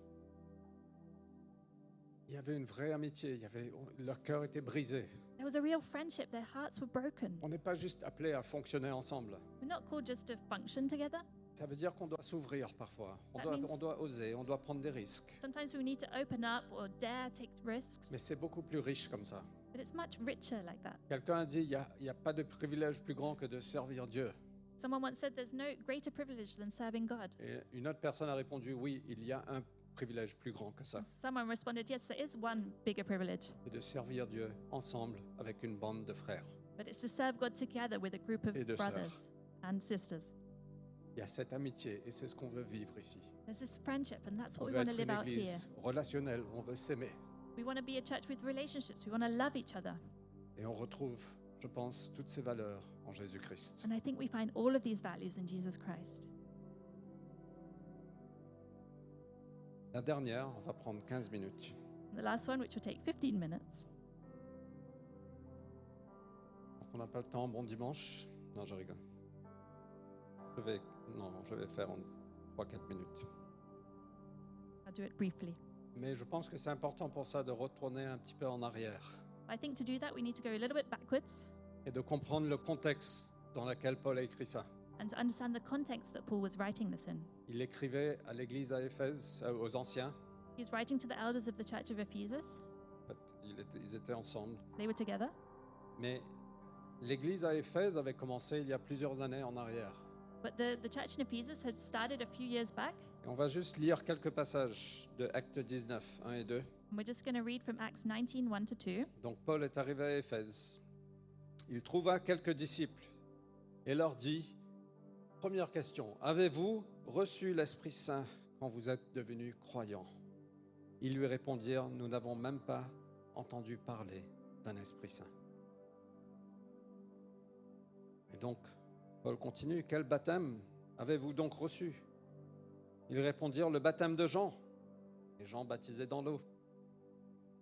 Speaker 1: Il y avait une vraie amitié. Il y avait, on- leur cœur était brisé.
Speaker 2: There was a real friendship. Their hearts were broken.
Speaker 1: On n'est pas juste appelé à fonctionner ensemble.
Speaker 2: We're not called just to function together.
Speaker 1: Ça veut dire qu'on doit s'ouvrir parfois. On
Speaker 2: That
Speaker 1: doit,
Speaker 2: means-
Speaker 1: on doit oser, on doit prendre des risques.
Speaker 2: Sometimes we need to open up or dare take risks.
Speaker 1: Mais c'est beaucoup plus riche comme ça.
Speaker 2: But it's much richer like that.
Speaker 1: Quelqu'un a dit, il n'y a, il y a pas de privilège plus grand que de servir Dieu.
Speaker 2: Someone once said there's no greater privilege than serving God.
Speaker 1: Et une autre personne a répondu, oui, il y a un privilège plus grand que ça.
Speaker 2: And Someone responded, yes, there is one bigger privilege,
Speaker 1: C'est de servir Dieu ensemble avec une bande de frères.
Speaker 2: but it's to serve God together with a group of
Speaker 1: Et de sœurs.
Speaker 2: brothers and sisters.
Speaker 1: Il y a cette amitié et c'est ce qu'on veut vivre ici.
Speaker 2: There's this friendship, and that's
Speaker 1: On
Speaker 2: what we
Speaker 1: veut
Speaker 2: want to
Speaker 1: être
Speaker 2: live
Speaker 1: une
Speaker 2: out here.
Speaker 1: église relationnelle, on veut s'aimer.
Speaker 2: We want to be a church with relationships. We want to love each other.
Speaker 1: Et on retrouve, je pense, toutes ces valeurs en Jésus-Christ.
Speaker 2: And I think we find all of these values in Jesus Christ.
Speaker 1: La dernière, on va prendre 15 minutes.
Speaker 2: And the last one, which will take 15 minutes.
Speaker 1: On n'a pas le temps, bon dimanche. Non, je rigole. Je vais, non, je vais faire en 3-4 minutes.
Speaker 2: I'll do it briefly.
Speaker 1: Mais je pense que c'est important pour ça de retourner un petit peu en arrière
Speaker 2: I think to do that, we need to go a little bit backwards
Speaker 1: et de comprendre le contexte dans lequel Paul a écrit ça.
Speaker 2: and to understand the context that Paul was writing this in.
Speaker 1: Il écrivait à l'église à Éphèse, euh, aux anciens.
Speaker 2: He's writing to the elders of the church of Ephesus.
Speaker 1: En fait, il était- ils étaient ensemble.
Speaker 2: They were together.
Speaker 1: Mais l'église à Éphèse avait commencé il y a plusieurs années en arrière.
Speaker 2: But the, the church in Ephesus had started a few years back.
Speaker 1: Et on va juste lire quelques passages de Acte 19, 1 et 2.
Speaker 2: And we're just going to read from Acts 19 1 to 2.
Speaker 1: Donc Paul est arrivé à Éphèse. Il trouva quelques disciples et leur dit, première question, avez-vous reçu l'Esprit Saint quand vous êtes devenus croyants Ils lui répondirent, nous n'avons même pas entendu parler d'un Esprit Saint. Et donc, Paul continue, quel baptême avez-vous donc reçu Ils répondirent, le baptême de Jean. Et Jean baptisait dans l'eau.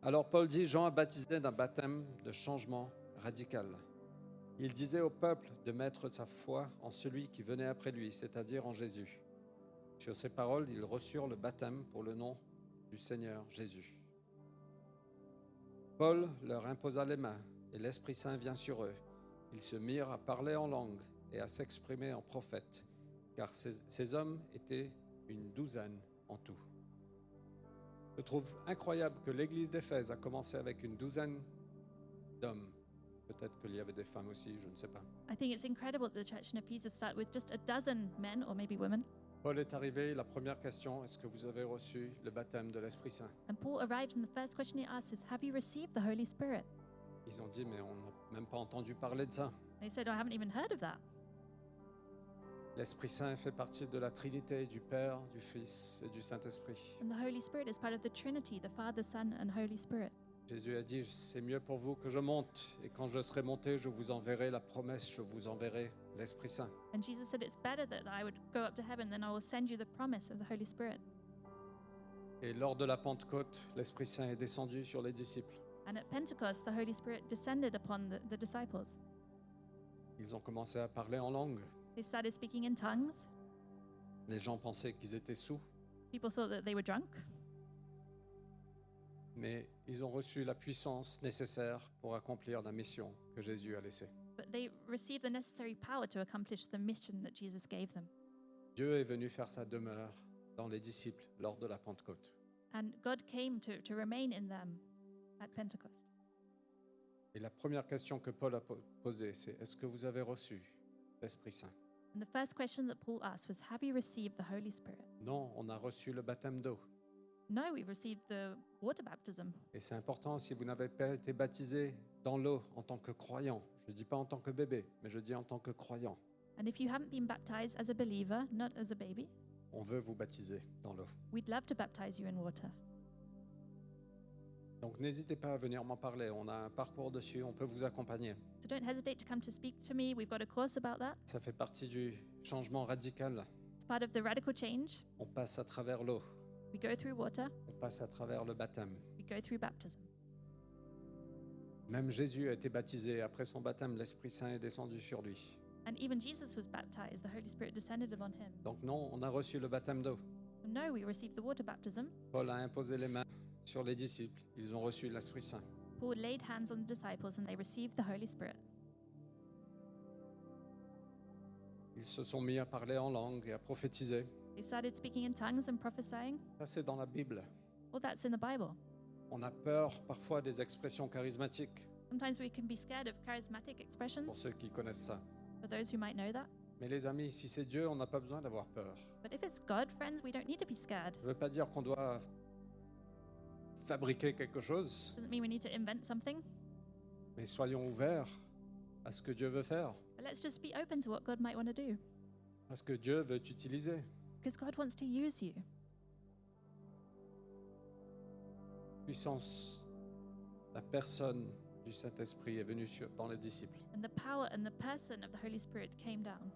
Speaker 1: Alors Paul dit, Jean a baptisé d'un baptême de changement radical. Il disait au peuple de mettre sa foi en celui qui venait après lui, c'est-à-dire en Jésus. Sur ces paroles, ils reçurent le baptême pour le nom du Seigneur Jésus. Paul leur imposa les mains et l'Esprit Saint vint sur eux. Ils se mirent à parler en langue et à s'exprimer en prophète, car ces- ces hommes étaient une douzaine en tout. Je trouve incroyable que l'église d'Éphèse a commencé avec une douzaine d'hommes. Peut-être qu'il y avait des femmes aussi, je ne sais pas.
Speaker 2: I think it's incredible that the church in Ephesus started with just a dozen men or maybe women.
Speaker 1: Paul est arrivé, la première question, est-ce que vous avez reçu le baptême de l'Esprit Saint
Speaker 2: And Paul arrived, and the first question he asked is, Have you received the Holy Spirit?
Speaker 1: Ils ont dit, mais on n'a même pas entendu parler de ça.
Speaker 2: They said, oh, I haven't even heard of that.
Speaker 1: L'Esprit Saint fait partie de la Trinité, du Père, du Fils et du Saint-Esprit.
Speaker 2: And the Holy Spirit is part of the Trinity, the Father, Son, and Holy Spirit.
Speaker 1: Jésus a dit, c'est mieux pour vous que je monte, et quand je serai monté, je vous enverrai la promesse, je vous enverrai l'Esprit Saint.
Speaker 2: And Jesus said, It's better that I would go up to heaven than I will send you the promise of the Holy Spirit.
Speaker 1: Et lors de la Pentecôte, l'Esprit Saint est descendu sur les disciples.
Speaker 2: And at Pentecost, the Holy Spirit descended upon the, the disciples.
Speaker 1: Ils ont commencé à parler en langue.
Speaker 2: They started speaking in tongues.
Speaker 1: Les gens pensaient qu'ils étaient sous,
Speaker 2: People thought that they were drunk,
Speaker 1: mais ils ont reçu la puissance nécessaire pour accomplir la mission que Jésus a laissée.
Speaker 2: but they received the necessary power to accomplish the mission that Jesus gave them.
Speaker 1: Dieu est venu faire sa demeure dans les disciples lors de la Pentecôte.
Speaker 2: And God came to, to remain in them at Pentecost.
Speaker 1: Et la première question que Paul a po- posée, c'est est-ce que vous avez reçu l'Esprit Saint
Speaker 2: And the first question that Paul asked was, Have you received the Holy Spirit?
Speaker 1: Non, on a reçu le baptême d'eau.
Speaker 2: No, we received the water baptism.
Speaker 1: Et c'est important si vous n'avez pas été baptisé dans l'eau en tant que croyant. Je ne dis pas en tant que bébé, mais je dis en tant que croyant.
Speaker 2: And if you haven't been baptized as a believer, not as a baby,
Speaker 1: On veut vous baptiser dans l'eau.
Speaker 2: we'd love to baptize you in water.
Speaker 1: Donc n'hésitez pas à venir m'en parler. On a un parcours dessus, on peut vous accompagner.
Speaker 2: So don't hesitate to come to speak to me. We've got a course about that.
Speaker 1: Ça fait partie du changement radical.
Speaker 2: It's part of the radical change.
Speaker 1: On passe à travers l'eau,
Speaker 2: We go through water,
Speaker 1: on passe à travers le baptême.
Speaker 2: we go through baptism.
Speaker 1: Même Jésus a été baptisé. Après son baptême, l'Esprit Saint est descendu sur lui.
Speaker 2: And even Jesus was baptized, the Holy Spirit descended upon him.
Speaker 1: Donc non, on a reçu le baptême d'eau.
Speaker 2: No, we received the water baptism.
Speaker 1: Paul a imposé les mains sur les disciples. Ils ont reçu l'Esprit Saint.
Speaker 2: Paul laid hands on the disciples and they received the Holy Spirit.
Speaker 1: Ils se sont mis à parler en langue et à prophétiser.
Speaker 2: They started speaking in tongues and prophesying.
Speaker 1: Ça, c'est dans la Bible.
Speaker 2: All that's in the Bible.
Speaker 1: On a peur parfois des expressions charismatiques,
Speaker 2: Sometimes we can be scared of charismatic expressions,
Speaker 1: pour ceux qui connaissent ça.
Speaker 2: for those who might know that.
Speaker 1: Mais les amis, si c'est Dieu, on n'a pas besoin d'avoir peur.
Speaker 2: But if it's God, friends, we don't need to be scared.
Speaker 1: Je ne veux pas dire qu'on doit fabriquer quelque chose,
Speaker 2: Doesn't mean we need to invent something,
Speaker 1: mais soyons ouverts à ce que Dieu veut faire,
Speaker 2: but let's just be open to what God might want to do.
Speaker 1: à ce que Dieu veut utiliser.
Speaker 2: Because God wants to use you.
Speaker 1: Puissance, la personne du Saint-Esprit est venue sur- dans les disciples.
Speaker 2: And the power and the person of the Holy Spirit came down.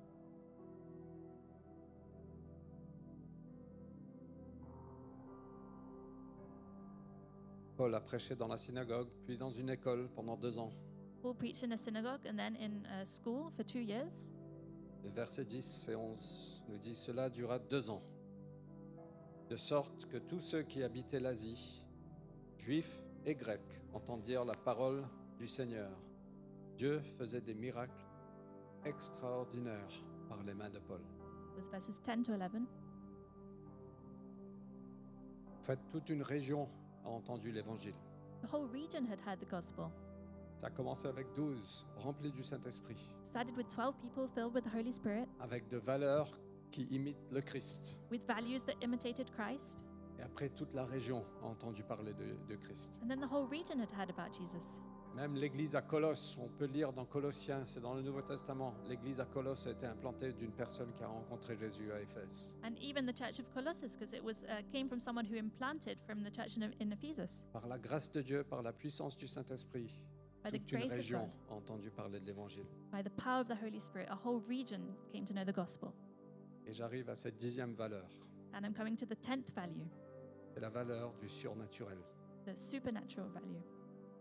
Speaker 1: Paul a prêché dans la synagogue, puis dans une école pendant deux ans.
Speaker 2: Paul preached in a synagogue and then in a school for two years.
Speaker 1: Les versets 10 et 11 nous disent cela dura deux ans, de sorte que tous ceux qui habitaient l'Asie, juifs et grecs, entendirent la parole du Seigneur. Dieu faisait des miracles extraordinaires par les mains de Paul.
Speaker 2: It was verses 10 to 11.
Speaker 1: En fait, toute une région a entendu l'Évangile.
Speaker 2: The whole region had heard the gospel.
Speaker 1: Ça a commencé avec 12, remplis du Saint-Esprit,
Speaker 2: Started with 12 people filled with the Holy Spirit,
Speaker 1: avec de valeurs qui imitent le Christ.
Speaker 2: with values that imitated Christ.
Speaker 1: Et après, toute la région a entendu parler de, de Christ.
Speaker 2: And then the whole region had heard about Jesus.
Speaker 1: Même l'église à Colosse, on peut lire dans Colossiens, c'est dans le Nouveau Testament, l'église à Colosse a été implantée d'une personne qui a rencontré Jésus à Éphèse.
Speaker 2: And even the church of Colossus, because it was uh, came from someone who implanted from the church in, in Ephesus.
Speaker 1: Par la grâce de Dieu, par la puissance du Saint-Esprit,
Speaker 2: By the
Speaker 1: toute une
Speaker 2: grace of
Speaker 1: région
Speaker 2: God.
Speaker 1: a entendu parler de l'Évangile.
Speaker 2: By the power of the Holy Spirit, a whole region came to know the gospel.
Speaker 1: Et j'arrive à cette dixième valeur,
Speaker 2: And I'm coming to the 10th value,
Speaker 1: c'est la valeur du surnaturel.
Speaker 2: the supernatural value.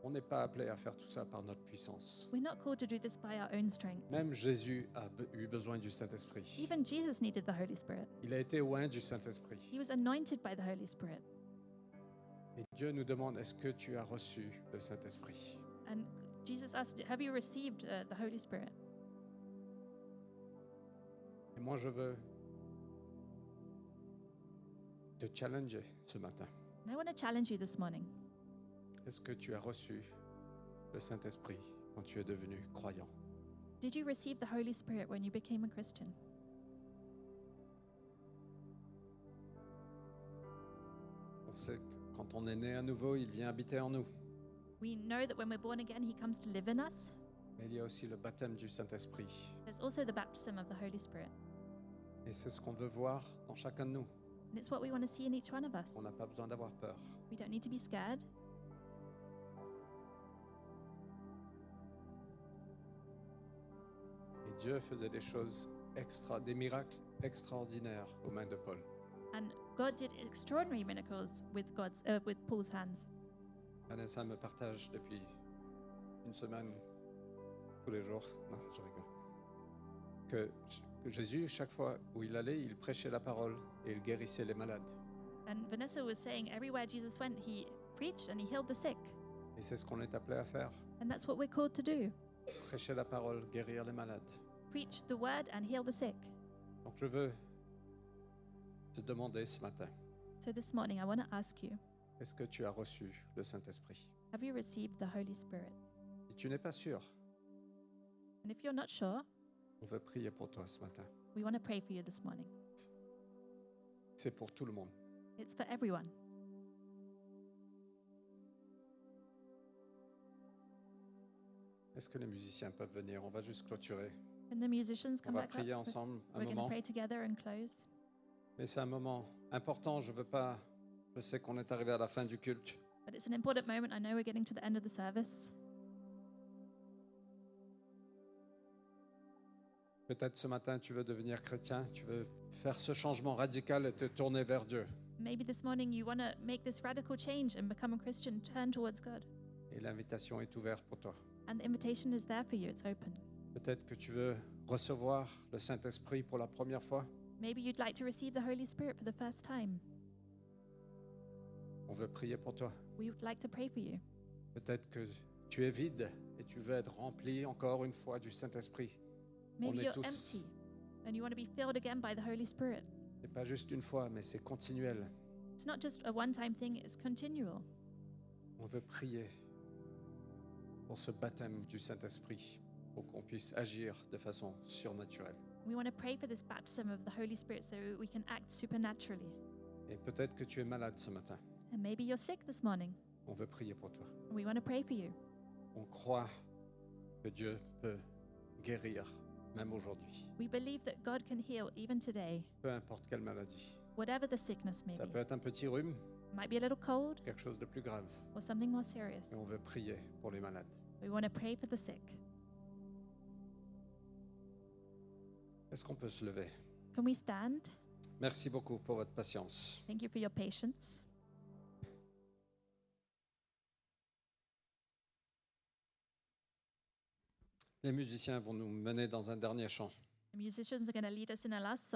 Speaker 1: On n'est pas appelé à faire tout ça par notre puissance.
Speaker 2: We're not called to do this by our own strength.
Speaker 1: Même Jésus a be- eu besoin du Saint-Esprit.
Speaker 2: Even Jesus needed the Holy Spirit.
Speaker 1: Il a été loin du Saint-Esprit.
Speaker 2: He was anointed by the Holy Spirit.
Speaker 1: Et Dieu nous demande, est-ce que tu as reçu le Saint-Esprit
Speaker 2: And Jesus asked, Have you received uh, the Holy Spirit?
Speaker 1: Et moi, je veux te challenger ce matin.
Speaker 2: And I want to challenge you this morning.
Speaker 1: Est-ce que tu as reçu le Saint-Esprit quand tu es devenu croyant
Speaker 2: Did you receive the Holy Spirit when you became a Christian?
Speaker 1: On sait que quand on est né à nouveau, il vient habiter en nous.
Speaker 2: We know that when we're born again, He comes to live in us.
Speaker 1: Mais il y a aussi le baptême du Saint-Esprit.
Speaker 2: There's also the baptism of the Holy Spirit.
Speaker 1: Et c'est ce qu'on veut voir dans chacun de nous.
Speaker 2: And it's what we want to see in each one of us.
Speaker 1: On n'a pas besoin d'avoir peur.
Speaker 2: We don't need to be scared.
Speaker 1: Et Dieu faisait des choses extra, des miracles extraordinaires aux mains de Paul.
Speaker 2: And God did extraordinary miracles with God's uh, with Paul's hands.
Speaker 1: Vanessa me partage depuis une semaine, tous les jours, non, je rigole, que J- que Jésus, chaque fois où il allait, il prêchait la parole et il guérissait les malades.
Speaker 2: And Vanessa was saying, everywhere Jesus went, He preached and He healed the sick.
Speaker 1: Et c'est ce qu'on est appelé à faire,
Speaker 2: And that's what we're called to do:
Speaker 1: prêcher la parole, guérir les malades.
Speaker 2: preach the word and heal the sick.
Speaker 1: Donc je veux te demander ce matin,
Speaker 2: So this morning, I want to ask you:
Speaker 1: est-ce que tu as reçu le Saint-Esprit
Speaker 2: Have you received the Holy Spirit?
Speaker 1: Si tu n'es pas sûr,
Speaker 2: And if you're not sure,
Speaker 1: on veut prier pour toi ce matin.
Speaker 2: we want to pray for you this morning.
Speaker 1: C'est pour tout le monde.
Speaker 2: It's for everyone.
Speaker 1: Est-ce que les musiciens peuvent venir On va juste clôturer.
Speaker 2: When the musicians
Speaker 1: On
Speaker 2: come
Speaker 1: va
Speaker 2: back up,
Speaker 1: prier
Speaker 2: we're-
Speaker 1: ensemble un
Speaker 2: we're going to
Speaker 1: moment.
Speaker 2: pray together and close.
Speaker 1: Mais c'est un moment important, je veux pas. Je sais qu'on est arrivé à la fin du culte,
Speaker 2: But it's an important moment. I know we're getting to the end of the service.
Speaker 1: Peut-être ce matin, tu veux devenir chrétien, tu veux faire ce changement radical et te tourner vers Dieu.
Speaker 2: Maybe this morning you want to make this radical change and become a Christian, turn towards God.
Speaker 1: Et l'invitation est ouverte pour toi.
Speaker 2: And the invitation is there for you, it's open.
Speaker 1: Peut-être que tu veux recevoir le Saint-Esprit pour la première fois.
Speaker 2: Maybe you'd like to receive the Holy Spirit for the first time.
Speaker 1: On veut prier pour toi.
Speaker 2: We would like to pray for you.
Speaker 1: Peut-être que tu es vide et tu veux être rempli encore une fois du Saint-Esprit.
Speaker 2: Maybe
Speaker 1: est
Speaker 2: you're
Speaker 1: tous-
Speaker 2: empty and you want to be filled again by the Holy Spirit.
Speaker 1: C'est pas juste une fois, mais c'est continuel.
Speaker 2: It's not just a one time thing, it's continual.
Speaker 1: On veut prier pour ce baptême du Saint-Esprit, pour qu'on puisse agir de façon surnaturelle.
Speaker 2: We want to pray for this baptism of the Holy Spirit so we can act supernaturally.
Speaker 1: Et peut-être que tu es malade ce matin.
Speaker 2: And maybe you're sick this morning.
Speaker 1: On veut prier pour toi.
Speaker 2: and We want to pray for you.
Speaker 1: On croit que Dieu peut guérir, même aujourd'hui.
Speaker 2: We believe that God can heal even today,
Speaker 1: Peu importe quelle maladie.
Speaker 2: whatever the sickness may
Speaker 1: Ça
Speaker 2: be.
Speaker 1: peut être un petit rhume,
Speaker 2: might be a little cold
Speaker 1: quelque chose de plus grave.
Speaker 2: or something more serious.
Speaker 1: Et on veut prier pour les malades.
Speaker 2: We want to pray for the sick.
Speaker 1: Est-ce qu'on peut se lever
Speaker 2: Can we stand?
Speaker 1: Merci beaucoup pour votre patience.
Speaker 2: Thank you for your patience.
Speaker 1: Les musiciens vont nous mener dans un dernier chant.
Speaker 2: The musicians are going to lead us in a last song.